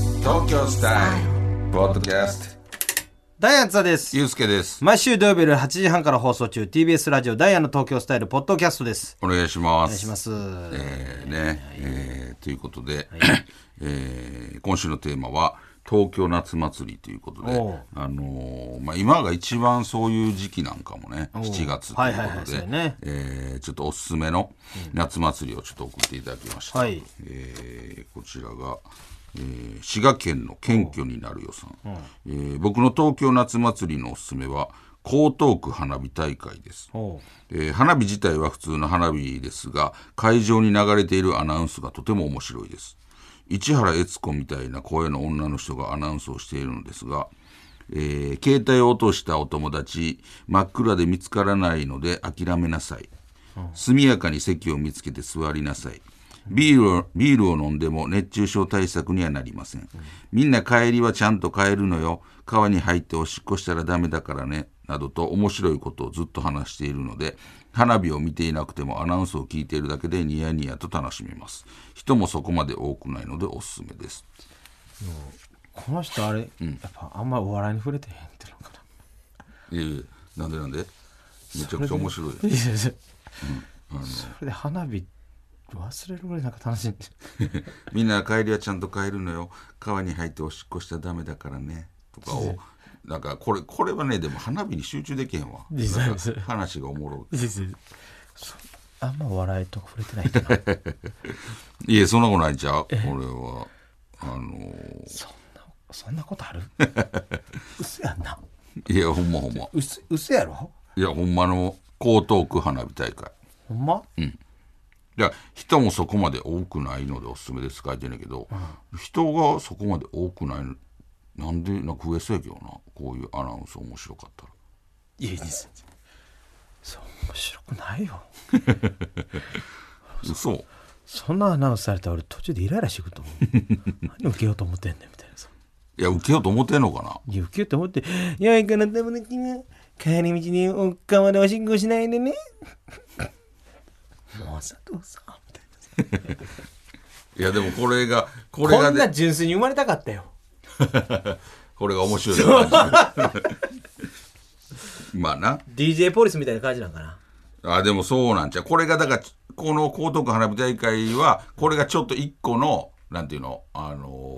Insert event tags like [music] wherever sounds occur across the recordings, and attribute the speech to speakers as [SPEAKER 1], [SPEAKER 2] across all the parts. [SPEAKER 1] ンスタイルポッドキャスト
[SPEAKER 2] ダイアンツァです。
[SPEAKER 1] ゆうすけです
[SPEAKER 2] 毎週土曜日夜8時半から放送中、TBS ラジオダイアンの東京スタイルポッドキャストです。
[SPEAKER 1] お願いします
[SPEAKER 2] お願いします。
[SPEAKER 1] えーねえーということで、えー今週のテーマは東京夏祭りということ
[SPEAKER 2] お
[SPEAKER 1] で
[SPEAKER 2] う、
[SPEAKER 1] あのーまあ、今が一番そういう時期なんかもね7月と
[SPEAKER 2] はいいはいうはい
[SPEAKER 1] こと
[SPEAKER 2] そう
[SPEAKER 1] で
[SPEAKER 2] やね
[SPEAKER 1] えーちょっとおすすめの夏祭りをちょっと送っていただきました、
[SPEAKER 2] はい
[SPEAKER 1] えーこちらが、えー滋賀県の謙虚になるよさん、えー僕の東京夏祭りのおすすめは江東区花火大会です
[SPEAKER 2] おう
[SPEAKER 1] えー花火自体は普通の花火ですが会場に流れているアナウンスがとても面白いです市原悦子みたいな声の女の人がアナウンスをしているのですが、えー携帯を落としたお友達真っ暗で見つからないので諦めなさい速やかに席を見つけて座りなさいビールをビールを飲んでも熱中症対策にはなりませんみんな帰りはちゃんと帰るのよ川に入っておしっこしたらダメだからねなどと面白いことをずっと話しているので花火を見ていなくてもアナウンスを聞いているだけでニヤニヤと楽しめます人もそこまで多くないのでおすすめです
[SPEAKER 2] この人あれ、やっぱあんまりお笑いに触れてへんってのかな。
[SPEAKER 1] いやいやなんでなんでめちゃくちゃ面白い
[SPEAKER 2] いやいやいやそれで花火忘れるぐらいなんか楽しいんで。
[SPEAKER 1] みんな帰りはちゃんと帰るのよ川に入っておしっこしたらダメだからねとかをなんかこれこれはねでも花火に集中できへんわ
[SPEAKER 2] いや
[SPEAKER 1] なんか話がおもろ
[SPEAKER 2] そあんまお笑いとか触れてないんだ [laughs] な。
[SPEAKER 1] いいえそんなことないんちゃうこれはあの
[SPEAKER 2] そんな、そんなことある嘘やんな。
[SPEAKER 1] ーいやほんまほんま
[SPEAKER 2] 嘘、嘘やろ
[SPEAKER 1] いやほんまの江東区花火大会
[SPEAKER 2] ほんま
[SPEAKER 1] いや人もそこまで多くないのでおすすめです書いてんねんけど、人がそこまで多くないのなんでなんか増えそうやけどなこういうアナウンス面白かったら
[SPEAKER 2] いやいいです。そう、面白くないよ。
[SPEAKER 1] 嘘
[SPEAKER 2] そんなアナウンスされたら俺途中でイライラしてくると思 [laughs] う何受けようと思ってんねんみたいなさ
[SPEAKER 1] いや受けようと思ってんのかない
[SPEAKER 2] や受けようと思って「よいから友達が帰り道におっかまでおしっこしないでね」もうさどうさみたいない
[SPEAKER 1] やでもこれがこれ
[SPEAKER 2] こ
[SPEAKER 1] が
[SPEAKER 2] んな
[SPEAKER 1] ね
[SPEAKER 2] 純粋に生まれたかったよ
[SPEAKER 1] これが面白いよな [laughs] まあな
[SPEAKER 2] DJ ポリスみたいな感じなんかな
[SPEAKER 1] あでもそうなんちゃうこれがだからこの江東区花火大会はこれがちょっと一個のなんていうのあの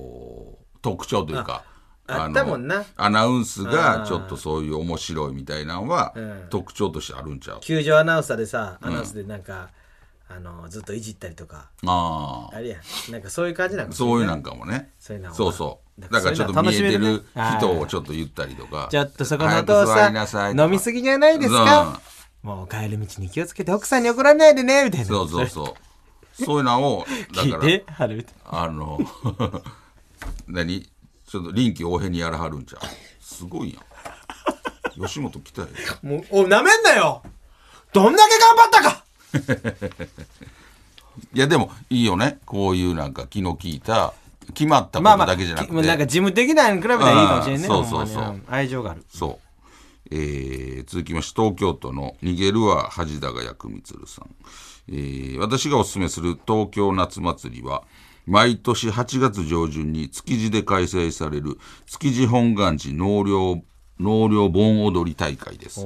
[SPEAKER 1] ー特徴というか
[SPEAKER 2] あ
[SPEAKER 1] の
[SPEAKER 2] あったもんな
[SPEAKER 1] アナウンスが
[SPEAKER 2] あー
[SPEAKER 1] ちょっとそういう面白いみたいなのは
[SPEAKER 2] うん
[SPEAKER 1] 特徴としてあるんちゃう、
[SPEAKER 2] 球場アナウンサーでさアナウンスでなんか、あのずっといじったりとか
[SPEAKER 1] あ
[SPEAKER 2] あれやんなんかそういう感じなんか
[SPEAKER 1] あ
[SPEAKER 2] もしれ
[SPEAKER 1] そういうなんかもね
[SPEAKER 2] そういうのは
[SPEAKER 1] そうそう
[SPEAKER 2] だ
[SPEAKER 1] だか
[SPEAKER 2] から
[SPEAKER 1] らちょっ
[SPEAKER 2] そ
[SPEAKER 1] と
[SPEAKER 2] ういうの
[SPEAKER 1] 見え
[SPEAKER 2] 楽しめ
[SPEAKER 1] て
[SPEAKER 2] るね
[SPEAKER 1] る人をちょっと言ったりとか
[SPEAKER 2] ちょっとそこのお
[SPEAKER 1] 早く座
[SPEAKER 2] 父さ
[SPEAKER 1] りなさい
[SPEAKER 2] ん
[SPEAKER 1] とか
[SPEAKER 2] 飲みすぎじゃないですかもう帰り道に気をつけて奥さんに怒られないでねみたいな
[SPEAKER 1] そうそうそう。そういうのを、だ
[SPEAKER 2] 聞
[SPEAKER 1] か
[SPEAKER 2] い
[SPEAKER 1] ら、
[SPEAKER 2] てはるみたい
[SPEAKER 1] あの、 [laughs] 何ちょっと臨機応変にやらはるんちゃうすごいやん。吉本来たよ。
[SPEAKER 2] なもうおなめんなよどんだけ頑張ったか
[SPEAKER 1] いや、でも、いいよね。こういうなんか気の利いた、決まったことだけじゃなく
[SPEAKER 2] きもうなんか
[SPEAKER 1] て。
[SPEAKER 2] 事務的なのに比べたらいいかもしれんね
[SPEAKER 1] あーそうそうそう
[SPEAKER 2] ほんまにん愛情がある
[SPEAKER 1] そう。えー続きまして東京都の「逃げるは恥だが薬光さん、えー私がおすすめする東京夏祭りは毎年8月上旬に築地で開催される築地本願寺納涼納涼盆踊り大会です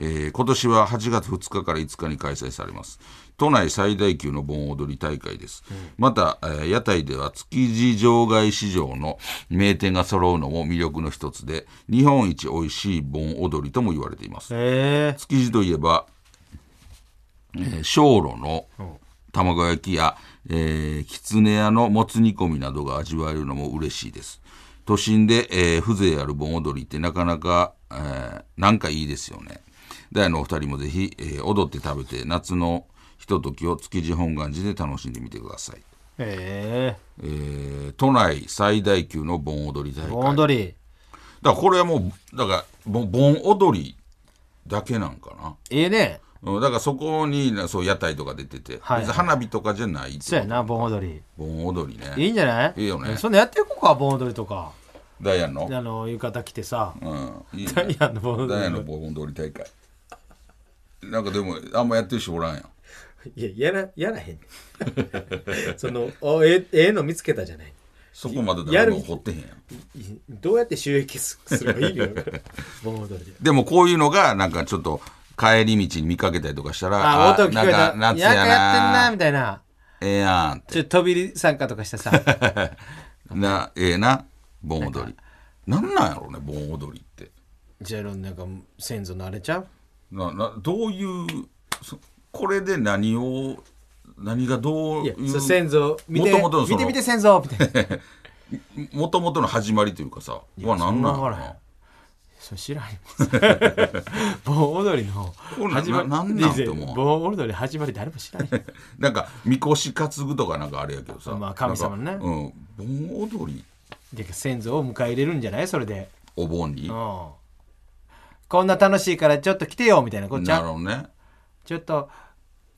[SPEAKER 1] えー今年は8月2日から5日に開催されます都内最大級の盆踊り大会です、また、えー屋台では築地場外市場の名店が揃うのも魅力の一つで日本一美味しい盆踊りとも言われています
[SPEAKER 2] へえ
[SPEAKER 1] 築地といえば、えー、小炉の卵焼きや、えー、きつね屋のもつ煮込みなどが味わえるのも嬉しいです都心で、えー風情ある盆踊りってなかなか、えーなんかいいですよねダイヤのお二人もぜひ、えー踊って食べて夏のひとときを築地本願寺で楽しんでみてください、
[SPEAKER 2] へえ
[SPEAKER 1] えー都内最大級の盆踊り大会
[SPEAKER 2] 盆踊り
[SPEAKER 1] だからこれはもうだからぼ盆踊りだけなんかな
[SPEAKER 2] ええね
[SPEAKER 1] うんだからそこになそう屋台とか出てて、
[SPEAKER 2] はい
[SPEAKER 1] 別に花火とかじゃない
[SPEAKER 2] そうやな盆踊り
[SPEAKER 1] 盆踊り
[SPEAKER 2] い
[SPEAKER 1] ね
[SPEAKER 2] いんじゃない
[SPEAKER 1] いいよね
[SPEAKER 2] そんなやっていこうか盆踊りとか
[SPEAKER 1] ダイヤンの
[SPEAKER 2] あの浴衣着てさ
[SPEAKER 1] うんいいね
[SPEAKER 2] ダイヤの盆踊り
[SPEAKER 1] ダイヤの盆踊り大会なんかでもあんまやってる人おらんやん
[SPEAKER 2] [laughs] いや、やら、やらへんねん。その、おええええの見つけたじゃない。
[SPEAKER 1] そこまで
[SPEAKER 2] や
[SPEAKER 1] 誰
[SPEAKER 2] る
[SPEAKER 1] も掘ってへんやん
[SPEAKER 2] どうやって収益すすればいいのかな盆踊りで。
[SPEAKER 1] でもこういうのがなんかちょっと帰り道に見かけたりとかしたら
[SPEAKER 2] あ、音聞こえ
[SPEAKER 1] な
[SPEAKER 2] た。
[SPEAKER 1] んか夏や
[SPEAKER 2] やんかやってんな、
[SPEAKER 1] な
[SPEAKER 2] みたいな。
[SPEAKER 1] ええやんって
[SPEAKER 2] ちょっと飛び参加とかしてさ。 [laughs]
[SPEAKER 1] なええな盆踊りなんなんやろうね盆踊りって
[SPEAKER 2] じゃあ、なんか先祖のあれちゃう
[SPEAKER 1] ななどういうそこれで何を何がどう
[SPEAKER 2] い
[SPEAKER 1] い
[SPEAKER 2] や、そう
[SPEAKER 1] う
[SPEAKER 2] 先祖、見て
[SPEAKER 1] 元々の、そ
[SPEAKER 2] 見
[SPEAKER 1] の
[SPEAKER 2] て見て先祖みたいな。 [laughs]
[SPEAKER 1] もともとの始まりというかさはなんなんやろう
[SPEAKER 2] そんな
[SPEAKER 1] な
[SPEAKER 2] そう知らんよ。
[SPEAKER 1] [laughs]
[SPEAKER 2] 盆踊りの
[SPEAKER 1] これな
[SPEAKER 2] 始まり。
[SPEAKER 1] ななんなんて思う
[SPEAKER 2] 盆踊り始まり誰も知らんよ。
[SPEAKER 1] なんかみこし担ぐとかなんかあれやけどさ、
[SPEAKER 2] まあ神様のね
[SPEAKER 1] なんかうん、盆踊り
[SPEAKER 2] で先祖を迎え入れるんじゃないそれで。
[SPEAKER 1] お盆に
[SPEAKER 2] う。
[SPEAKER 1] なん
[SPEAKER 2] こんな楽しいからちょっと来てよみたいなこっち
[SPEAKER 1] る
[SPEAKER 2] ゃん
[SPEAKER 1] ほどね
[SPEAKER 2] ちょっと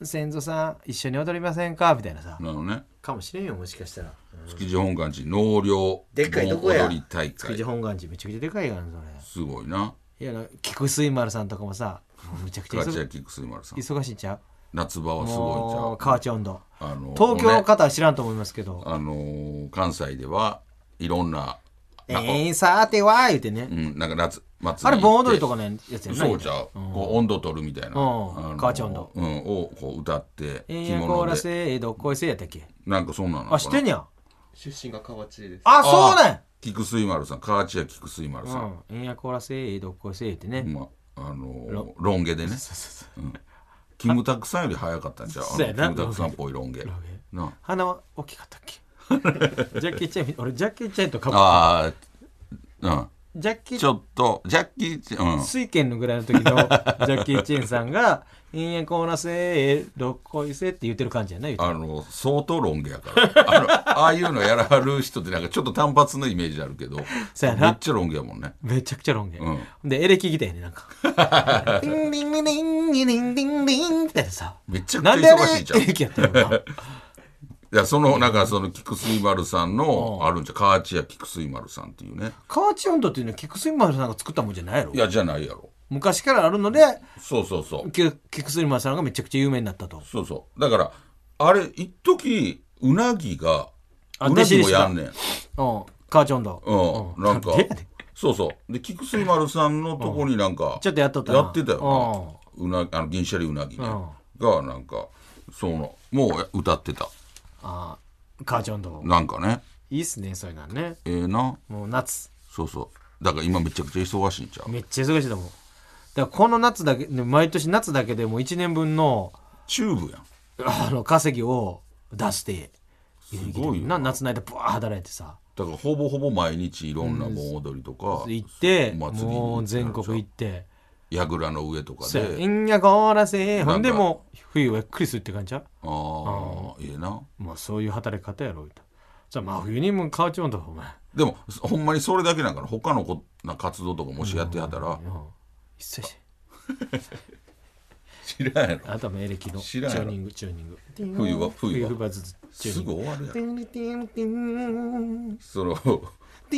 [SPEAKER 2] 先祖さん一緒に踊りませんかみたいなさ
[SPEAKER 1] なるほどね
[SPEAKER 2] かもしれんよもしかしたら
[SPEAKER 1] 築地本願寺納涼
[SPEAKER 2] でっかいとこや
[SPEAKER 1] 盆踊り大
[SPEAKER 2] 築
[SPEAKER 1] 会
[SPEAKER 2] 地本願寺めちゃくちゃでかいやんそれ
[SPEAKER 1] すごいない
[SPEAKER 2] やな菊水丸さんとかもさもうむちゃくちゃ
[SPEAKER 1] ガチ
[SPEAKER 2] 忙
[SPEAKER 1] ャキックス丸さん
[SPEAKER 2] 忙しいんちゃう
[SPEAKER 1] 夏場はすごいじゃ
[SPEAKER 2] も
[SPEAKER 1] ん
[SPEAKER 2] う河内温度
[SPEAKER 1] あの
[SPEAKER 2] 東京の
[SPEAKER 1] ね
[SPEAKER 2] 方は知らんと思いますけど
[SPEAKER 1] あのー関西ではいろんな
[SPEAKER 2] 「
[SPEAKER 1] な
[SPEAKER 2] えー、さては」言うてね
[SPEAKER 1] うん、なんか夏
[SPEAKER 2] あ
[SPEAKER 1] 祭
[SPEAKER 2] れ
[SPEAKER 1] り行って
[SPEAKER 2] 盆踊りとかのやつやんな
[SPEAKER 1] そうじゃう、こう温度取るみたいな、
[SPEAKER 2] う
[SPEAKER 1] あ
[SPEAKER 2] ん
[SPEAKER 1] の
[SPEAKER 2] 母ちゃんの
[SPEAKER 1] うん、をこう歌って
[SPEAKER 2] え
[SPEAKER 1] 着
[SPEAKER 2] ー、コー
[SPEAKER 1] 物
[SPEAKER 2] ラ
[SPEAKER 1] で
[SPEAKER 2] スええどっこいせやったっけ
[SPEAKER 1] なんかそんなの
[SPEAKER 2] あ知ってん
[SPEAKER 1] ね
[SPEAKER 2] やん
[SPEAKER 3] 出身が河内です。
[SPEAKER 2] あそうなんや
[SPEAKER 1] 菊水丸さん河内屋菊水丸さん、
[SPEAKER 2] うん、円やこらせええどっこいせえってね、
[SPEAKER 1] ほんまあのーロン毛でねうんキムタクさんより早かったんちゃうあ
[SPEAKER 2] そうや
[SPEAKER 1] の
[SPEAKER 2] な
[SPEAKER 1] キムタクさんっぽいロン毛
[SPEAKER 2] ン
[SPEAKER 1] な
[SPEAKER 2] 鼻は大きかったっけジャッキー・チェン俺ジャッキー・チェンとかぶ
[SPEAKER 1] ああ
[SPEAKER 2] ジャッキ
[SPEAKER 1] うん
[SPEAKER 2] ー
[SPEAKER 1] ちょっとジャッキーちうん
[SPEAKER 2] 水拳のぐらいの時のジャッキー・チェンさんが「円やこらせええどっこいせ」って言ってる感じやな言うて
[SPEAKER 1] あの相当ロン毛やからあのああいうのやらはる人ってなんかちょっと単発のイメージあるけどめっ
[SPEAKER 2] そうやな
[SPEAKER 1] ちゃロン毛やもんね
[SPEAKER 2] めちゃくちゃロン毛、
[SPEAKER 1] うん
[SPEAKER 2] でエレキギターやねなんか「ディンディンディンディンディンディンディン」みたいなさ
[SPEAKER 1] めちゃ
[SPEAKER 2] な
[SPEAKER 1] く
[SPEAKER 2] ん
[SPEAKER 1] ち
[SPEAKER 2] で
[SPEAKER 1] ゃ
[SPEAKER 2] あ
[SPEAKER 1] 忙
[SPEAKER 2] れ
[SPEAKER 1] しい
[SPEAKER 2] エ
[SPEAKER 1] じゃん
[SPEAKER 2] レキやってるのか [laughs]
[SPEAKER 1] いやそのなんかその菊水丸さんの
[SPEAKER 2] うん
[SPEAKER 1] あるんじゃ河内屋菊水丸さんっていうね
[SPEAKER 2] 河内温度っていうのは菊水丸さんが作ったもんじゃないやろ
[SPEAKER 1] いやじゃないやろ
[SPEAKER 2] 昔からあるので
[SPEAKER 1] そうそうそう
[SPEAKER 2] き菊水丸さんがめちゃくちゃ有名になったと
[SPEAKER 1] そうそうだからあれ一時うなぎが
[SPEAKER 2] あ
[SPEAKER 1] う
[SPEAKER 2] 弟
[SPEAKER 1] な
[SPEAKER 2] 子
[SPEAKER 1] ぎ
[SPEAKER 2] で
[SPEAKER 1] も
[SPEAKER 2] した
[SPEAKER 1] やんねん
[SPEAKER 2] うん河内温度
[SPEAKER 1] うんなんか
[SPEAKER 2] なんでやねん
[SPEAKER 1] そうそうで菊水丸さんのとこになんか
[SPEAKER 2] ちょっとやっとったな
[SPEAKER 1] やってたよなうなあの銀シャリうなぎねがなんかそのもう歌ってた
[SPEAKER 2] ああ母ちゃんと
[SPEAKER 1] なんかね
[SPEAKER 2] いいっすねそういうのはね
[SPEAKER 1] ええな
[SPEAKER 2] もう夏
[SPEAKER 1] そうそうだから今めちゃくちゃ忙しいんちゃう
[SPEAKER 2] めっちゃ忙しいと思うだからこの夏だけね毎年夏だけでもう1年分の
[SPEAKER 1] チューブやん
[SPEAKER 2] あの稼ぎを出してす
[SPEAKER 1] ごいよ
[SPEAKER 2] な夏の間ブワー働いてさ
[SPEAKER 1] だからほぼほぼ毎日いろんな盆踊りとか、
[SPEAKER 2] 行って
[SPEAKER 1] お祭りに
[SPEAKER 2] もう全国行って
[SPEAKER 1] 櫓の上とか
[SPEAKER 2] そうや「
[SPEAKER 1] で
[SPEAKER 2] んやこらせ」
[SPEAKER 1] か
[SPEAKER 2] ほんでもう冬はゆっくりするって感じちゃう
[SPEAKER 1] ああええな
[SPEAKER 2] まあそういう働き方やろうとじゃあ真冬にもう河内温度お前
[SPEAKER 1] でもほんまにそれだけなんかな他のこな活動とかもしやってやったら
[SPEAKER 2] うん一切し
[SPEAKER 1] 知らんやろ
[SPEAKER 2] あとはもうエレキのチ
[SPEAKER 1] 知
[SPEAKER 2] ュ
[SPEAKER 1] らんやろ
[SPEAKER 2] ーニングチューニング
[SPEAKER 1] 冬は冬は
[SPEAKER 2] 冬場ずつチュー
[SPEAKER 1] す
[SPEAKER 2] ニング
[SPEAKER 1] ぐ終わるやん
[SPEAKER 2] ティンティンティン
[SPEAKER 1] その
[SPEAKER 2] テ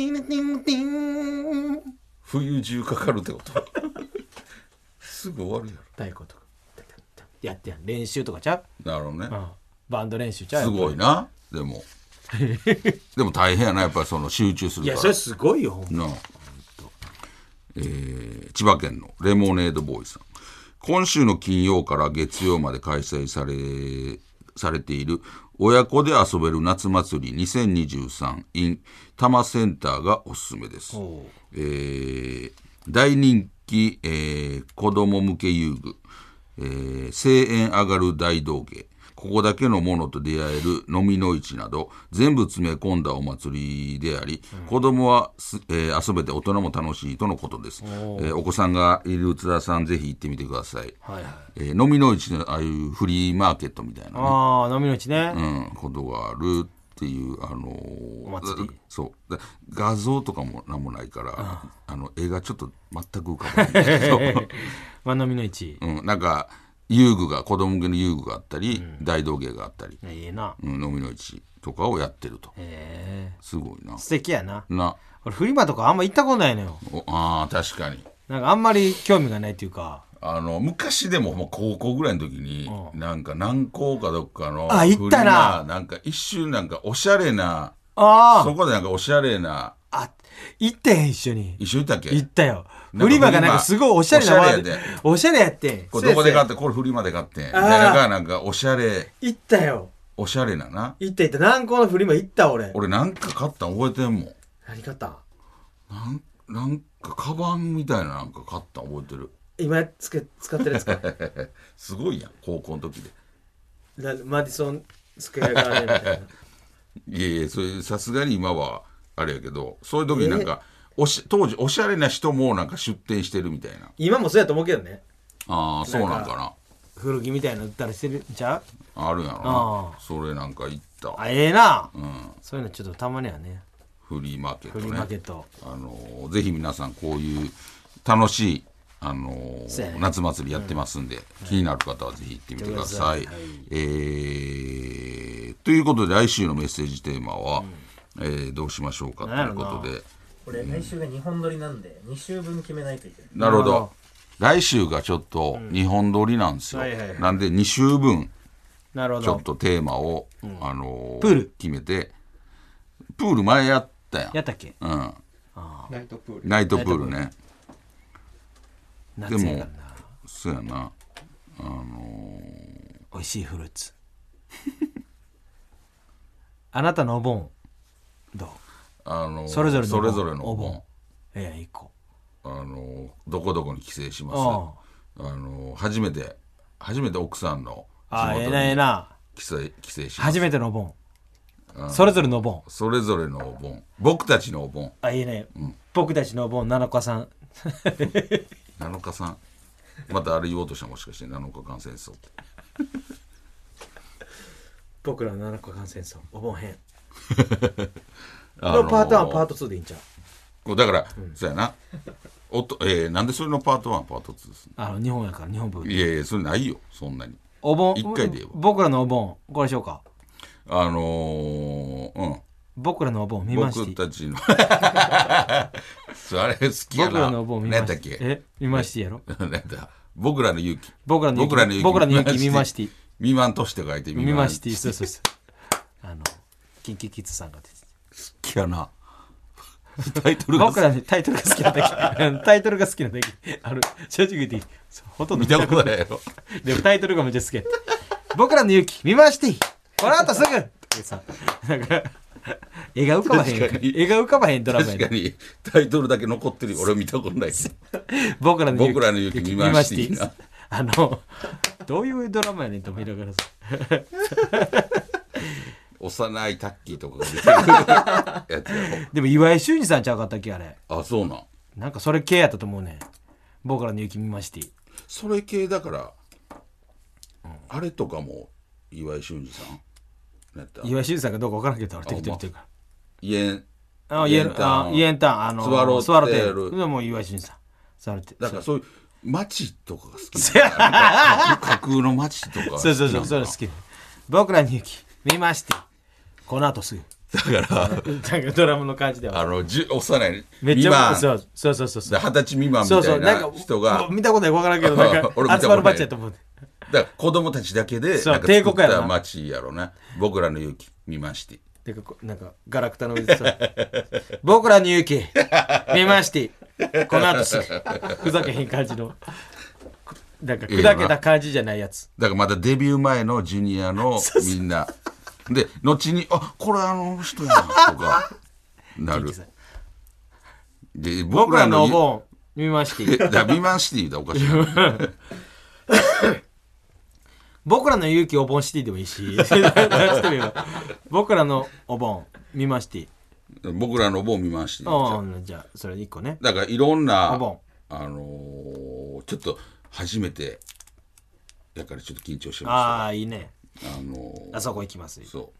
[SPEAKER 2] ィンティンティン
[SPEAKER 1] 冬中かかるってことすぐ終わるや
[SPEAKER 2] 太鼓とかやってやん練習とかちゃ
[SPEAKER 1] ろなるほどね
[SPEAKER 2] う、うん、バンド練習ちゃ
[SPEAKER 1] す
[SPEAKER 2] う
[SPEAKER 1] ごいなでもでも大変やなやっぱりその集中す
[SPEAKER 2] い
[SPEAKER 1] る
[SPEAKER 2] や
[SPEAKER 1] か
[SPEAKER 2] それ
[SPEAKER 1] ら
[SPEAKER 2] すごいよほんま
[SPEAKER 1] なあえー千葉県のレモネードボーイさん今週の金曜から月曜まで開催されされている親子で遊べる夏祭り 2023in 多摩センターがおすすめです
[SPEAKER 2] おう
[SPEAKER 1] えー大人気、えー子供向け遊具、えー声援上がる大道芸ここだけのものと出会える飲みの市など全部詰め込んだお祭りであり、子供はす、えー遊べて大人も楽しいとのことです、えーお子さんがいる津田さんぜひ行ってみてください、
[SPEAKER 2] はいはい
[SPEAKER 1] えー飲みの市のああいうフリーマーケットみたいなね
[SPEAKER 2] ああ飲みのうちね、
[SPEAKER 1] うん、ことがあるっていう、あのー
[SPEAKER 2] お祭り
[SPEAKER 1] だそうだ画像とかも何もないからあの絵がちょっと全く浮かばない
[SPEAKER 2] [laughs]
[SPEAKER 1] けど、
[SPEAKER 2] まあ飲みのうち、
[SPEAKER 1] うん、なんか遊具が子供向けの遊具があったり、大道芸があったり、
[SPEAKER 2] いやいいな
[SPEAKER 1] うん、飲みの市とかをやってると
[SPEAKER 2] へえ
[SPEAKER 1] すごいな
[SPEAKER 2] 素敵やな
[SPEAKER 1] な
[SPEAKER 2] 俺フリマとかあんま行ったことないのよ
[SPEAKER 1] おあー確かに
[SPEAKER 2] なんかあんまり興味がないっていうか
[SPEAKER 1] あの昔でももう高校ぐらいの時に、なんか南高かどっかの
[SPEAKER 2] あ行ったな
[SPEAKER 1] フリマなんか一瞬なんかおしゃれな
[SPEAKER 2] ああ
[SPEAKER 1] そ
[SPEAKER 2] あ
[SPEAKER 1] こでなんかおしゃれな、
[SPEAKER 2] あ行ってん一緒に
[SPEAKER 1] 一緒に行ったっけ
[SPEAKER 2] 行ったよ
[SPEAKER 1] なんか
[SPEAKER 2] 売り場がなんかすごいおしゃれな
[SPEAKER 1] おしゃれやで
[SPEAKER 2] わおしゃれやってん
[SPEAKER 1] これどこで買っ
[SPEAKER 2] そ
[SPEAKER 1] て、
[SPEAKER 2] うや
[SPEAKER 1] これフリマで買ってん。みた
[SPEAKER 2] あー
[SPEAKER 1] いなのがなんかおしゃれ、
[SPEAKER 2] そうや行ったよ
[SPEAKER 1] おしゃれなな。
[SPEAKER 2] 行った行った南高のフリマ行った俺
[SPEAKER 1] 俺なんか買ったん覚えてんもん。
[SPEAKER 2] 何買ったん
[SPEAKER 1] なんなんかカバンみたいななんか買ったん覚えてる。
[SPEAKER 2] 今つけ使ってるやつか [laughs]
[SPEAKER 1] すごいやん、高校の時で。
[SPEAKER 2] なマディソンスクエアガーデンみたいない
[SPEAKER 1] やいや、それさすがに今はあれやけど、そういう時になんか、おし当時おしゃれな人もなんか出店してるみたいな。
[SPEAKER 2] 今もそうやと思うけどね
[SPEAKER 1] ああ、そうなんかな。
[SPEAKER 2] 古着みたいなの売ったりしてるんちゃう
[SPEAKER 1] あるんやろ
[SPEAKER 2] あ
[SPEAKER 1] な。それなんか行った。
[SPEAKER 2] あええな
[SPEAKER 1] うん。
[SPEAKER 2] そういうのちょっとたまにはね
[SPEAKER 1] フリーマーケット
[SPEAKER 2] フ
[SPEAKER 1] ね。
[SPEAKER 2] リーマーケット
[SPEAKER 1] あのぜひ皆さんこういう楽しいあの
[SPEAKER 2] そうやね
[SPEAKER 1] 夏祭りやってますんで、気になる方はぜひ行ってみてください。
[SPEAKER 2] 行ってくださいはい
[SPEAKER 1] えーということで来週のメッセージテーマは、えーどうしましょうかということで
[SPEAKER 4] これ来週が2本撮りなんで2週分決めないといけない
[SPEAKER 1] なるほ
[SPEAKER 2] なる
[SPEAKER 1] ど
[SPEAKER 2] ほ
[SPEAKER 1] 来週がちょっと日本撮りなんですよ、
[SPEAKER 2] はいはいはい
[SPEAKER 1] なんで2週分
[SPEAKER 2] なるほ
[SPEAKER 1] ちょっ
[SPEAKER 2] ど
[SPEAKER 1] とテーマを、あの
[SPEAKER 2] プール
[SPEAKER 1] 決めてプール前やったやん
[SPEAKER 2] やったっけ
[SPEAKER 1] うん、
[SPEAKER 3] ナイトプール。
[SPEAKER 1] ナイトプールね
[SPEAKER 2] 夏やからな
[SPEAKER 1] そうやな
[SPEAKER 2] 美味しいフルーツ [laughs] あなたのお盆どう
[SPEAKER 1] あの
[SPEAKER 2] それぞれの
[SPEAKER 1] それぞれのお
[SPEAKER 2] お
[SPEAKER 1] 盆
[SPEAKER 2] 盆ええ一個
[SPEAKER 1] あのどこどこに帰省します
[SPEAKER 2] あ
[SPEAKER 1] あの初めて初めて奥さんの
[SPEAKER 2] ああええ
[SPEAKER 1] 地
[SPEAKER 2] なえ
[SPEAKER 1] 元
[SPEAKER 2] え
[SPEAKER 1] に
[SPEAKER 2] な
[SPEAKER 1] 帰省帰省します
[SPEAKER 2] 初めてのお盆それぞれのお盆
[SPEAKER 1] それぞれのお盆僕たちのお盆
[SPEAKER 2] あいいね、僕たちのお盆七日さん
[SPEAKER 1] 7日さんまたあれ言おうとしたもしかして7日間戦争って
[SPEAKER 2] 僕らの七日間戦争お盆編
[SPEAKER 1] あ
[SPEAKER 2] のパート1パー
[SPEAKER 1] ト
[SPEAKER 2] ト2でいいんちゃう
[SPEAKER 1] だから、そうやなおと、えーなんでそれのパート1パート2ですね
[SPEAKER 2] あの日本やから日本文
[SPEAKER 1] いやいやそれないよそんなに
[SPEAKER 2] お盆
[SPEAKER 1] 一回で言えば
[SPEAKER 2] 僕らのお盆これでしようか
[SPEAKER 1] あのー、うん
[SPEAKER 2] 僕らのお盆見まし
[SPEAKER 1] 僕
[SPEAKER 2] て
[SPEAKER 1] たちの [laughs] そうあれ好きやな
[SPEAKER 2] 僕らのお盆見
[SPEAKER 1] 何や
[SPEAKER 2] ま
[SPEAKER 1] ったっ
[SPEAKER 2] し
[SPEAKER 1] け
[SPEAKER 2] てえ見ましてやろ
[SPEAKER 1] なんだ僕らの勇気。
[SPEAKER 2] 僕らの
[SPEAKER 1] 僕らの
[SPEAKER 2] 雪
[SPEAKER 1] 勇気。。
[SPEAKER 2] 僕らの雪見まして
[SPEAKER 1] 未満として書いて。
[SPEAKER 2] 見ましててそうそうそうあのキンキキッズさんが出てて
[SPEAKER 1] 好きやな。タイトルが
[SPEAKER 2] 僕らねタイトルが好きなだけうんタイトルが好きなだけあの正直言っていいそうほとんど
[SPEAKER 1] 見たことないやろ。
[SPEAKER 2] でもタイトルがめっちゃ好きやった僕らの勇気見ましてこの後すぐとかさなんか絵が浮かばへん
[SPEAKER 1] 確かに
[SPEAKER 2] 絵が浮かばへんドラマや
[SPEAKER 1] 確
[SPEAKER 2] な
[SPEAKER 1] かに、タイトルだけ残ってる
[SPEAKER 2] [laughs]
[SPEAKER 1] よ俺見たことない。
[SPEAKER 2] 僕らの
[SPEAKER 1] 僕らの勇気見ましていいな。
[SPEAKER 2] あのどういうドラマやねんと思いながらさ
[SPEAKER 1] 幼いタッキーとかが出てるやつや
[SPEAKER 2] でも岩井俊二さんちゃうかったっけあれ
[SPEAKER 1] ろ。あ、そうなん。
[SPEAKER 2] なんかそれ系やったと思うねん僕らの勇気見まして
[SPEAKER 1] それ系だから、あれとかも、岩井俊二さんなんやった
[SPEAKER 2] 岩井俊二さんかどうか分からんけど俺適当に言ってるか
[SPEAKER 1] 家
[SPEAKER 2] らあイ
[SPEAKER 1] イエ
[SPEAKER 2] エン
[SPEAKER 1] ンターン
[SPEAKER 2] タンイエンタンあの
[SPEAKER 1] スワローテール
[SPEAKER 2] スワローテールでもう岩井俊二さんスワローテー
[SPEAKER 1] だ
[SPEAKER 2] ル
[SPEAKER 1] からそういう街とかが好きなんだな架空の街とかが好き
[SPEAKER 2] そうそう
[SPEAKER 1] なん
[SPEAKER 2] そう
[SPEAKER 1] だ
[SPEAKER 2] それ好き僕らの勇気見ましてこの
[SPEAKER 1] [laughs]
[SPEAKER 2] 後すぐ
[SPEAKER 1] だから
[SPEAKER 2] なんかドラムの感じでは
[SPEAKER 1] あのじ幼い
[SPEAKER 2] めっ
[SPEAKER 1] 未
[SPEAKER 2] ちゃ
[SPEAKER 1] 満
[SPEAKER 2] そ
[SPEAKER 1] で
[SPEAKER 2] うそうそうそうそう
[SPEAKER 1] 二十歳未満み
[SPEAKER 2] そうそ
[SPEAKER 1] た
[SPEAKER 2] う
[SPEAKER 1] い
[SPEAKER 2] なん
[SPEAKER 1] な
[SPEAKER 2] か
[SPEAKER 1] 人が
[SPEAKER 2] もう見たことない分からんけどなん
[SPEAKER 1] [laughs] 俺見たことな
[SPEAKER 2] か
[SPEAKER 1] い
[SPEAKER 2] 集まるバッチやと思う
[SPEAKER 1] だから子供たちだけで
[SPEAKER 2] そう
[SPEAKER 1] なんか作
[SPEAKER 2] 帝
[SPEAKER 1] っ
[SPEAKER 2] 国やろ
[SPEAKER 1] た
[SPEAKER 2] な
[SPEAKER 1] 街やろな僕らの勇気見まして
[SPEAKER 2] てかこなんかガラクタの上でさ [laughs] 僕らの勇気見ましてこの
[SPEAKER 1] [laughs]
[SPEAKER 2] 後すぐふざけへん感じのなんか
[SPEAKER 1] いいよな
[SPEAKER 2] 砕けた感じじゃないやつ
[SPEAKER 1] だからまだデビュー前のジュニアのみんなで後に「あこれあの人やな」とかなるで
[SPEAKER 2] 僕
[SPEAKER 1] 僕
[SPEAKER 2] ら
[SPEAKER 1] ら
[SPEAKER 2] の
[SPEAKER 1] の
[SPEAKER 2] お盆見まし
[SPEAKER 1] え
[SPEAKER 2] て
[SPEAKER 1] だから未満シティだおかしいな
[SPEAKER 2] 僕らの勇気お盆シティでもい
[SPEAKER 1] [laughs]
[SPEAKER 2] いし [laughs] なんしてもいいわ僕らのお盆見まして
[SPEAKER 1] 僕らの某見まして
[SPEAKER 2] うんじゃあそれ一個ね
[SPEAKER 1] だからいろんな、
[SPEAKER 2] お盆
[SPEAKER 1] あのーちょっと初めてだからちょっと緊張してま
[SPEAKER 2] ああいいね
[SPEAKER 1] したあのー
[SPEAKER 2] あそこ行きます
[SPEAKER 1] そ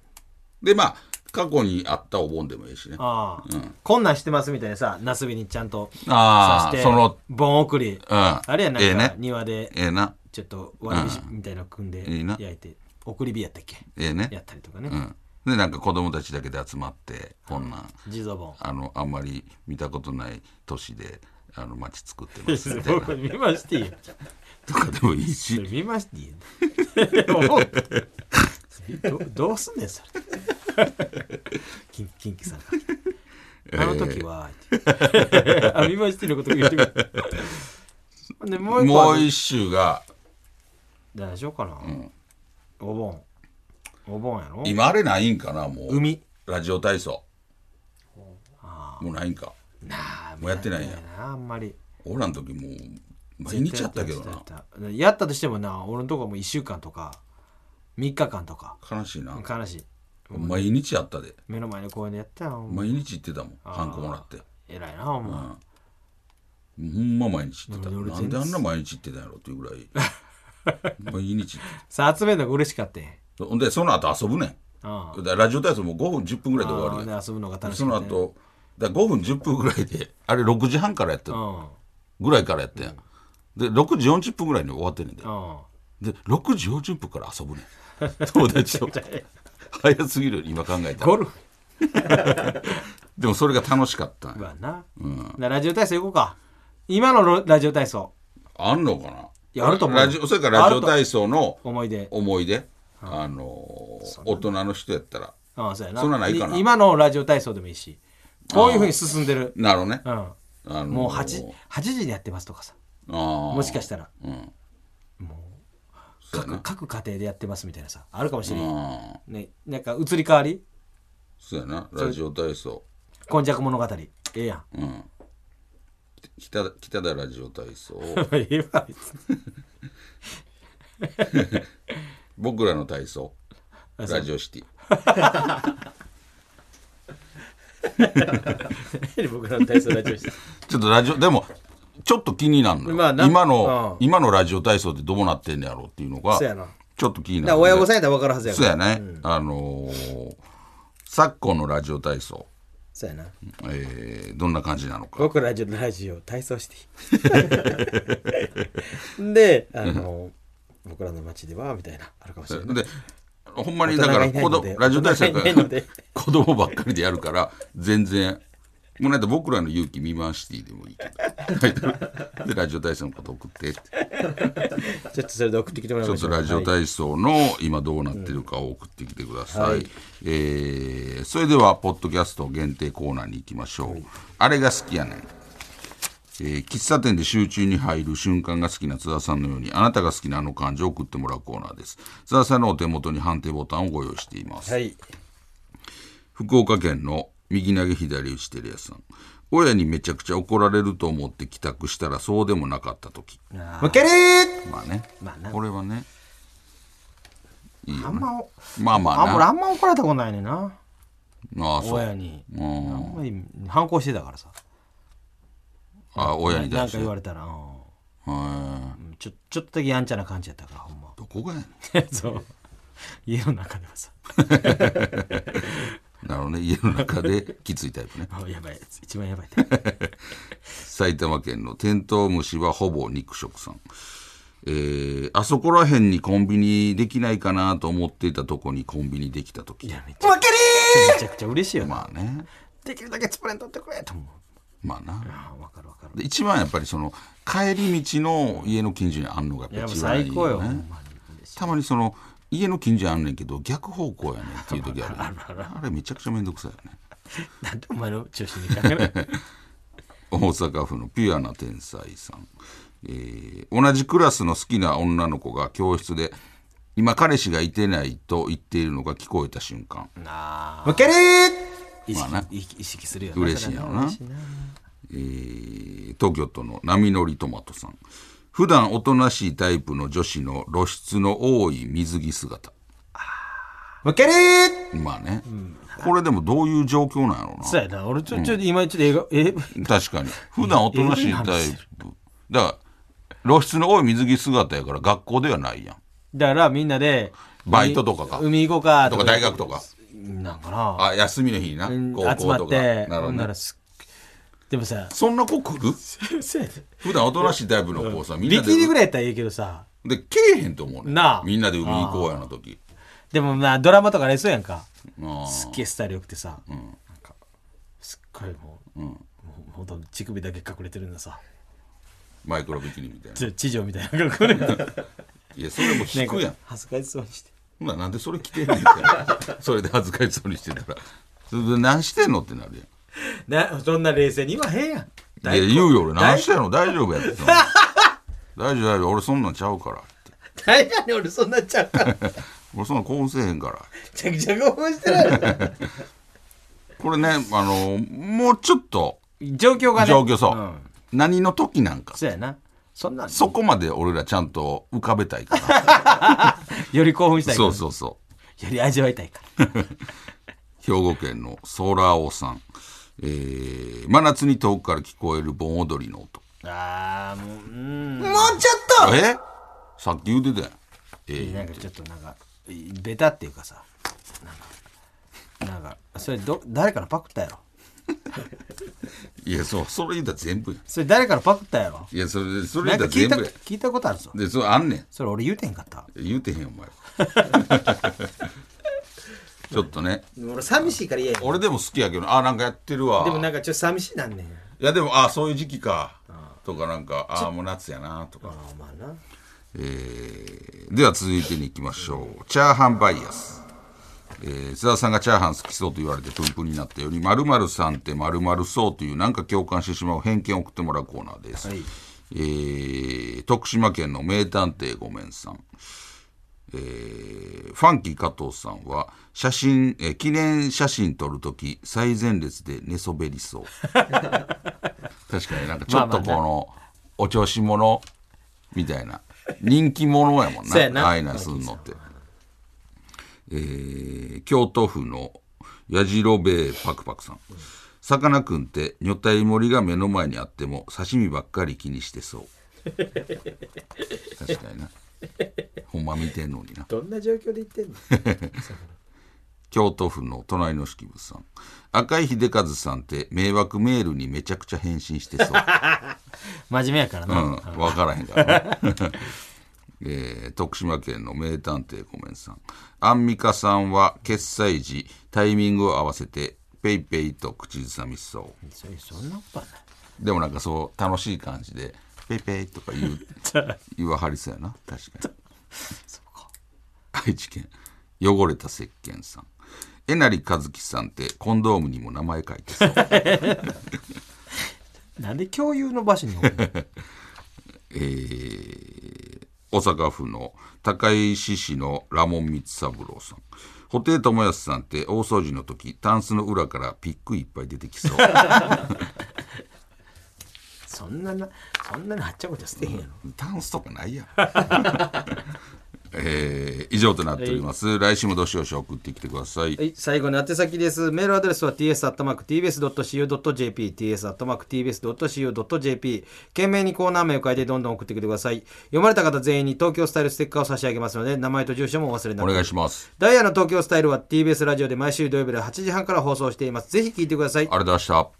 [SPEAKER 1] うでまあ過去にあったお盆でもいいしね
[SPEAKER 2] ああ、こんなんしてますみたいなさなすびにちゃんと
[SPEAKER 1] あー
[SPEAKER 2] さして
[SPEAKER 1] その
[SPEAKER 2] 盆送
[SPEAKER 1] う
[SPEAKER 2] り、
[SPEAKER 1] ん
[SPEAKER 2] あれやな
[SPEAKER 1] ええ
[SPEAKER 2] ん
[SPEAKER 1] ね
[SPEAKER 2] か庭で
[SPEAKER 1] ええな
[SPEAKER 2] ちょっと割り飯みたいなの組んで
[SPEAKER 1] いいな
[SPEAKER 2] 焼いて、送り火やったっけ
[SPEAKER 1] ええ
[SPEAKER 2] やっ
[SPEAKER 1] ね
[SPEAKER 2] たりとかね、
[SPEAKER 1] うんでなんか子供たちだけで集まってこんなん
[SPEAKER 2] 地蔵盆 [laughs]
[SPEAKER 1] あのあんまり見たことない都市であの街作ってます
[SPEAKER 2] [laughs]
[SPEAKER 1] みたいな
[SPEAKER 2] 僕見ましていいよ
[SPEAKER 1] とかでもいいし [laughs]
[SPEAKER 2] 見ましていいよどどうすんねんそれキンキンキさんから来てあの時は、 [laughs] あ、見ましてのこと言ってくれ。ほんで、もう一個
[SPEAKER 1] も
[SPEAKER 2] あ
[SPEAKER 1] う
[SPEAKER 2] る
[SPEAKER 1] 一周が
[SPEAKER 2] 何しようかな、お盆お盆やろ
[SPEAKER 1] 今あれないんかなもう
[SPEAKER 2] 海
[SPEAKER 1] ラジオ体操もうないんか
[SPEAKER 2] あー
[SPEAKER 1] もうやってないんや
[SPEAKER 2] 見なあんまり
[SPEAKER 1] 俺らの時もう毎日やったけど
[SPEAKER 2] 絶対や
[SPEAKER 1] な
[SPEAKER 2] ってたやってたやったとしてもな俺のとこも1週間とか3日間とか
[SPEAKER 1] 悲しいな
[SPEAKER 2] 悲しい
[SPEAKER 1] 毎日やったで
[SPEAKER 2] 目の前の公園でやったよ
[SPEAKER 1] 毎日行ってたもん
[SPEAKER 2] あー
[SPEAKER 1] ハンコもらって
[SPEAKER 2] 偉いなお前、
[SPEAKER 1] うんほんま毎日行ってた
[SPEAKER 2] うん俺
[SPEAKER 1] なんであんな毎日行ってたんやろっていうぐらい [laughs] 毎日行って
[SPEAKER 2] さあ集めるのが嬉しかったんや
[SPEAKER 1] たほんでその後遊ぶねん
[SPEAKER 2] あ
[SPEAKER 1] だからラジオ体操も5分10分ぐらいで終わるやん
[SPEAKER 2] で遊ぶのが楽し
[SPEAKER 1] そ
[SPEAKER 2] か
[SPEAKER 1] の
[SPEAKER 2] ったんや
[SPEAKER 1] 後だから5分10分ぐらいであれ6時半からやってたぐらいからやってんやで6時40分ぐらいに終わってんねんで
[SPEAKER 2] うんうん
[SPEAKER 1] で6時40分から遊ぶねん [laughs] 友達と早すぎるよ今考えたら
[SPEAKER 2] ゴルフ
[SPEAKER 1] でもそれが楽しかったんや
[SPEAKER 2] はな、
[SPEAKER 1] うん
[SPEAKER 2] なラジオ体操行こうか今のロラジオ体操
[SPEAKER 1] あんのかない
[SPEAKER 2] やあると思うよ
[SPEAKER 1] ラジオそれからラジオ体操の
[SPEAKER 2] 思い出
[SPEAKER 1] 思い出あのー大人の人やったら
[SPEAKER 2] ああそうやな
[SPEAKER 1] そんなないかな
[SPEAKER 2] 今のラジオ体操でもいいしこういうふうに進んでる、
[SPEAKER 1] なるほどね
[SPEAKER 2] うん、
[SPEAKER 1] あのー
[SPEAKER 2] もう 8, 8時にやってますとかさ
[SPEAKER 1] あー
[SPEAKER 2] もしかしたら
[SPEAKER 1] うんそうや
[SPEAKER 2] 各
[SPEAKER 1] な
[SPEAKER 2] 各家庭でやってますみたいなさあるかもしれん、
[SPEAKER 1] あー
[SPEAKER 2] ね、なんか移り変わり
[SPEAKER 1] そうやなラジオ体操
[SPEAKER 2] 今昔物語ええやん
[SPEAKER 1] うん北北田ラジオ体操
[SPEAKER 2] [laughs] ええわ別に
[SPEAKER 1] 僕らの体操
[SPEAKER 2] あそう
[SPEAKER 1] ラジオシティ
[SPEAKER 2] 僕らの体操ラジオ室
[SPEAKER 1] ちょっとラジオでもちょっと気になるのよ、
[SPEAKER 2] まあな
[SPEAKER 1] 今の、
[SPEAKER 2] うん
[SPEAKER 1] 今のラジオ体操ってどうなってんねやろうっていうのが
[SPEAKER 2] そうやな
[SPEAKER 1] ちょっと気にな
[SPEAKER 2] だから
[SPEAKER 1] る
[SPEAKER 2] 親御さ
[SPEAKER 1] ん
[SPEAKER 2] んやったら分かるはず
[SPEAKER 1] で
[SPEAKER 2] や
[SPEAKER 1] そ
[SPEAKER 2] か
[SPEAKER 1] う
[SPEAKER 2] ら
[SPEAKER 1] やね、あのー昨今のラジオ体操、
[SPEAKER 2] そうやな
[SPEAKER 1] えーどんな感じなのか
[SPEAKER 2] 僕らのラジオ体操して [laughs] いいであの僕らの街ではみたいなあるかもしれない
[SPEAKER 1] でほんまにだから
[SPEAKER 2] 大人がいな
[SPEAKER 1] 子
[SPEAKER 2] いの
[SPEAKER 1] 供
[SPEAKER 2] で
[SPEAKER 1] ラジオ体操やか
[SPEAKER 2] 大人がいないの
[SPEAKER 1] ら
[SPEAKER 2] で
[SPEAKER 1] [laughs] 子供ばっかりでやるから全然もうなんか僕らの勇気見まシティでもいいけどでラジオ体操のこと送ってって
[SPEAKER 2] ちょっとそれで送ってきてもらい
[SPEAKER 1] ちょ
[SPEAKER 2] ま
[SPEAKER 1] っ
[SPEAKER 2] しょ
[SPEAKER 1] と
[SPEAKER 2] う
[SPEAKER 1] ラジオ
[SPEAKER 2] はい
[SPEAKER 1] 体操の今どうなってるかを送ってきてください、
[SPEAKER 2] はい
[SPEAKER 1] えーそれではポッドキャスト限定コーナーに行きましょう、あれが好きやねん、えー喫茶店で集中に入る瞬間が好きな津田さんのようにあなたが好きなあの漢字を送ってもらうコーナーです津田さんのお手元に判定ボタンをご用意しています、
[SPEAKER 2] はい
[SPEAKER 1] 福岡県の右投げ左打ちテレアさん親にめちゃくちゃ怒られると思って帰宅したらそうでもなかった時
[SPEAKER 2] むける
[SPEAKER 1] まあね、
[SPEAKER 2] まあな
[SPEAKER 1] これはねいい
[SPEAKER 2] あ
[SPEAKER 1] よ
[SPEAKER 2] ん
[SPEAKER 1] ね
[SPEAKER 2] ま
[SPEAKER 1] まあまあ
[SPEAKER 2] あ
[SPEAKER 1] な
[SPEAKER 2] 俺あんま怒られたことないねんな
[SPEAKER 1] ああそう
[SPEAKER 2] 親に
[SPEAKER 1] うん
[SPEAKER 2] あんまり反抗してたからさ
[SPEAKER 1] あ親に
[SPEAKER 2] な
[SPEAKER 1] 対
[SPEAKER 2] ん
[SPEAKER 1] して
[SPEAKER 2] か言われたらうん
[SPEAKER 1] へえ
[SPEAKER 2] うんちょちょっとだけやんちゃな感じやったからほんま
[SPEAKER 1] どこがやね
[SPEAKER 2] [laughs] そう家の中ではさ
[SPEAKER 1] んなるほどね家の中できついタイ
[SPEAKER 2] [laughs]
[SPEAKER 1] プね
[SPEAKER 2] あやばいやつ一番やばいタイプ
[SPEAKER 1] 埼玉県のテントウムシはほぼ肉食さんえー、あそこら辺にコンビニできないかなと思っていたとこにコンビニできた時
[SPEAKER 2] [laughs] いやめちゃくちゃめちゃくちゃ嬉しいよな
[SPEAKER 1] まあね
[SPEAKER 2] できるだけつぶれんとってくれと思う
[SPEAKER 1] まあな
[SPEAKER 2] ああ分かる分かる
[SPEAKER 1] で一番やっぱりその帰り道の家の近所にあんのが
[SPEAKER 2] いや
[SPEAKER 1] やっぱ
[SPEAKER 2] もう
[SPEAKER 1] 一番いい
[SPEAKER 2] 最高よ、ほ
[SPEAKER 1] ね
[SPEAKER 2] んまに嬉しい
[SPEAKER 1] たまにその家の近所にあんねんけど逆方向やねんっていう
[SPEAKER 2] [laughs]
[SPEAKER 1] 時あるねあれめちゃくちゃめんどくさいよね
[SPEAKER 2] なんでお前の調子にか
[SPEAKER 1] [laughs]
[SPEAKER 2] けない
[SPEAKER 1] 大阪府のピュアな天才さん、えー同じクラスの好きな女の子が教室で今彼氏がいてないと言っているのが聞こえた瞬間、
[SPEAKER 2] なあむける意識,、
[SPEAKER 1] まあな
[SPEAKER 2] 意識意識するよ
[SPEAKER 1] 嬉しいんやろな
[SPEAKER 2] 嬉しい
[SPEAKER 1] えー東京都の波乗りトマトさん普段おとなしいタイプの女子の露出の多い水着姿
[SPEAKER 2] むける
[SPEAKER 1] まあね、これでもどういう状況なんやろうな
[SPEAKER 2] そうやな俺ちょちょっと今ちょっと映画え
[SPEAKER 1] 確かに普段おとなしいタイプだから露出の多い水着姿やから学校ではないやん
[SPEAKER 2] だからみんなで
[SPEAKER 1] バイトとかか
[SPEAKER 2] 海行こうか
[SPEAKER 1] とか大学とか
[SPEAKER 2] なんかな
[SPEAKER 1] あ休みの日にな
[SPEAKER 2] うん
[SPEAKER 1] 高校
[SPEAKER 2] 集ま
[SPEAKER 1] と
[SPEAKER 2] っ
[SPEAKER 1] か
[SPEAKER 2] て
[SPEAKER 1] なるほ
[SPEAKER 2] ほ
[SPEAKER 1] ど
[SPEAKER 2] んな
[SPEAKER 1] ね
[SPEAKER 2] らすっでもさ
[SPEAKER 1] そんな子来る
[SPEAKER 2] そうやで
[SPEAKER 1] 普段おとなしいタイプの子さみんな
[SPEAKER 2] 力
[SPEAKER 1] で
[SPEAKER 2] 入りぐらいやったらいいけどさ
[SPEAKER 1] でけえへんと思うね
[SPEAKER 2] なあ
[SPEAKER 1] みんなで海行こうやの時
[SPEAKER 2] でもなドラマとかありそうやんか
[SPEAKER 1] ああ
[SPEAKER 2] すっげえスタイルよくてさ、なんかすっごいもう、もうほんと乳首だけ隠れてるんださ
[SPEAKER 1] マイクロビキニみたいな [laughs]
[SPEAKER 2] ちょ地上みたいな格好でなんか
[SPEAKER 1] いやそれも引くやん
[SPEAKER 2] 恥ずかしそうにして
[SPEAKER 1] ほんならなんでそれ着てんねんって。それで恥ずかしそうにしてたら。それで何してんのってなる
[SPEAKER 2] なそんな冷静に言わへんやん
[SPEAKER 1] やん。いや、言うよ、俺。何してんの大丈夫や
[SPEAKER 2] [laughs]
[SPEAKER 1] って。そんな大丈夫、大丈夫。俺そんなんちゃうから。って
[SPEAKER 2] 大丈夫俺そんなっちゃうからめ
[SPEAKER 1] [laughs] 俺そんなん興奮せえへんから。
[SPEAKER 2] ちゃくちゃ興奮してる
[SPEAKER 1] [laughs] これね、あの、もうちょっと
[SPEAKER 2] 状況がね
[SPEAKER 1] 状況そう。
[SPEAKER 2] ん
[SPEAKER 1] 何の時なんか。
[SPEAKER 2] そうやなそんなん
[SPEAKER 1] そこまで俺らちゃんと浮かべたい
[SPEAKER 2] [laughs]
[SPEAKER 1] から。
[SPEAKER 2] より興奮したいから
[SPEAKER 1] そうそうそう。
[SPEAKER 2] より味わいたいから
[SPEAKER 1] 兵庫県のソーラーオさん、えー、真夏に遠くから聞こえる盆踊りの音
[SPEAKER 2] ああもううん
[SPEAKER 1] えさっき言うてたやんえー
[SPEAKER 2] なんかちょっとなんかベタっていうかさなんかなんかそれど誰からパクったやろ
[SPEAKER 1] いやそうそれ言うたら全部や
[SPEAKER 2] それ誰からパクったやろ
[SPEAKER 1] いやそれそれ
[SPEAKER 2] な
[SPEAKER 1] 言
[SPEAKER 2] んか
[SPEAKER 1] うたら全部
[SPEAKER 2] 聞いた
[SPEAKER 1] や
[SPEAKER 2] 聞いたことあるぞ
[SPEAKER 1] でそれあんねん
[SPEAKER 2] それ俺言うてへんかった
[SPEAKER 1] 言うてへんお前 [laughs] ちょっとね
[SPEAKER 2] 俺寂しいから嫌や
[SPEAKER 1] 俺でも好きやけどあなんかやってるわ
[SPEAKER 2] でもなんかちょっと寂しいなんねん
[SPEAKER 1] いやでもあそういう時期かとかなんかあもう夏やなとか
[SPEAKER 2] ああまあな
[SPEAKER 1] えーでは続いてに行きましょうチャーハンバイアス、えー津田さんがチャーハン好きそうと言われてプンプンになったように〇〇さんって〇〇そうというなんか共感してしまう偏見を送ってもらうコーナーです、
[SPEAKER 2] はい
[SPEAKER 1] えー徳島県の名探偵ごめんさんえーファンキー加藤さんは写真、えー記念写真撮るとき最前列で寝そべり
[SPEAKER 2] [laughs]
[SPEAKER 1] そう確かになんかちょっとこのお調子者みたいな人気者やもん
[SPEAKER 2] そうや
[SPEAKER 1] な
[SPEAKER 2] な
[SPEAKER 1] ああいうのすんのって、えー京都府のやじろべえパクパクさんさかなクンって女体盛りが目の前にあっても刺身ばっかり気にしてそう
[SPEAKER 2] [laughs]
[SPEAKER 1] 確かになほんま見てんのにな
[SPEAKER 2] どんな状況で言ってんの
[SPEAKER 1] 京都府の隣の式部さん赤井秀和さんって迷惑メールにめちゃくちゃ返信してそう
[SPEAKER 2] [laughs] 真面目やからな、
[SPEAKER 1] うん、分からへんからね、 [laughs] えー徳島県の名探偵ごめんさんアンミカさんは決済時タイミングを合わせてペイペイと口ずさみそ
[SPEAKER 2] それそんなことはないう
[SPEAKER 1] でもなんかそう楽しい感じでペイペイとか言う言わはりそうやな確かに愛知県汚れた石鹸さんえなりかずきさんってコンドームにも名前書いてそう
[SPEAKER 2] なんで共有の場所に置くの
[SPEAKER 1] えー大阪府の高石市のラモン光三郎さん布袋寅泰さんって大掃除の時タンスの裏からピックいっぱい出てきそう
[SPEAKER 2] [laughs] そんななそんなのはっちゃこちゃしてへんやろ、
[SPEAKER 1] タンスとかないやん [laughs] えー以上となっております来週もどしどし送ってきてください、
[SPEAKER 2] はい、最後に宛先です。メールアドレスは ts.tbs.co.jp、ts.tbs.co.jp。懸命にコーナー名を書いてどんどん送ってきてください。読まれた方全員に東京スタイルステッカーを差し上げますので、名前と住所もお忘れな
[SPEAKER 1] お
[SPEAKER 2] く。
[SPEAKER 1] 願いします
[SPEAKER 2] ダイヤの東京スタイルは TBS ラジオで毎週土曜日の8時半から放送しています。ぜひ聞いてください。
[SPEAKER 1] ありがとうございました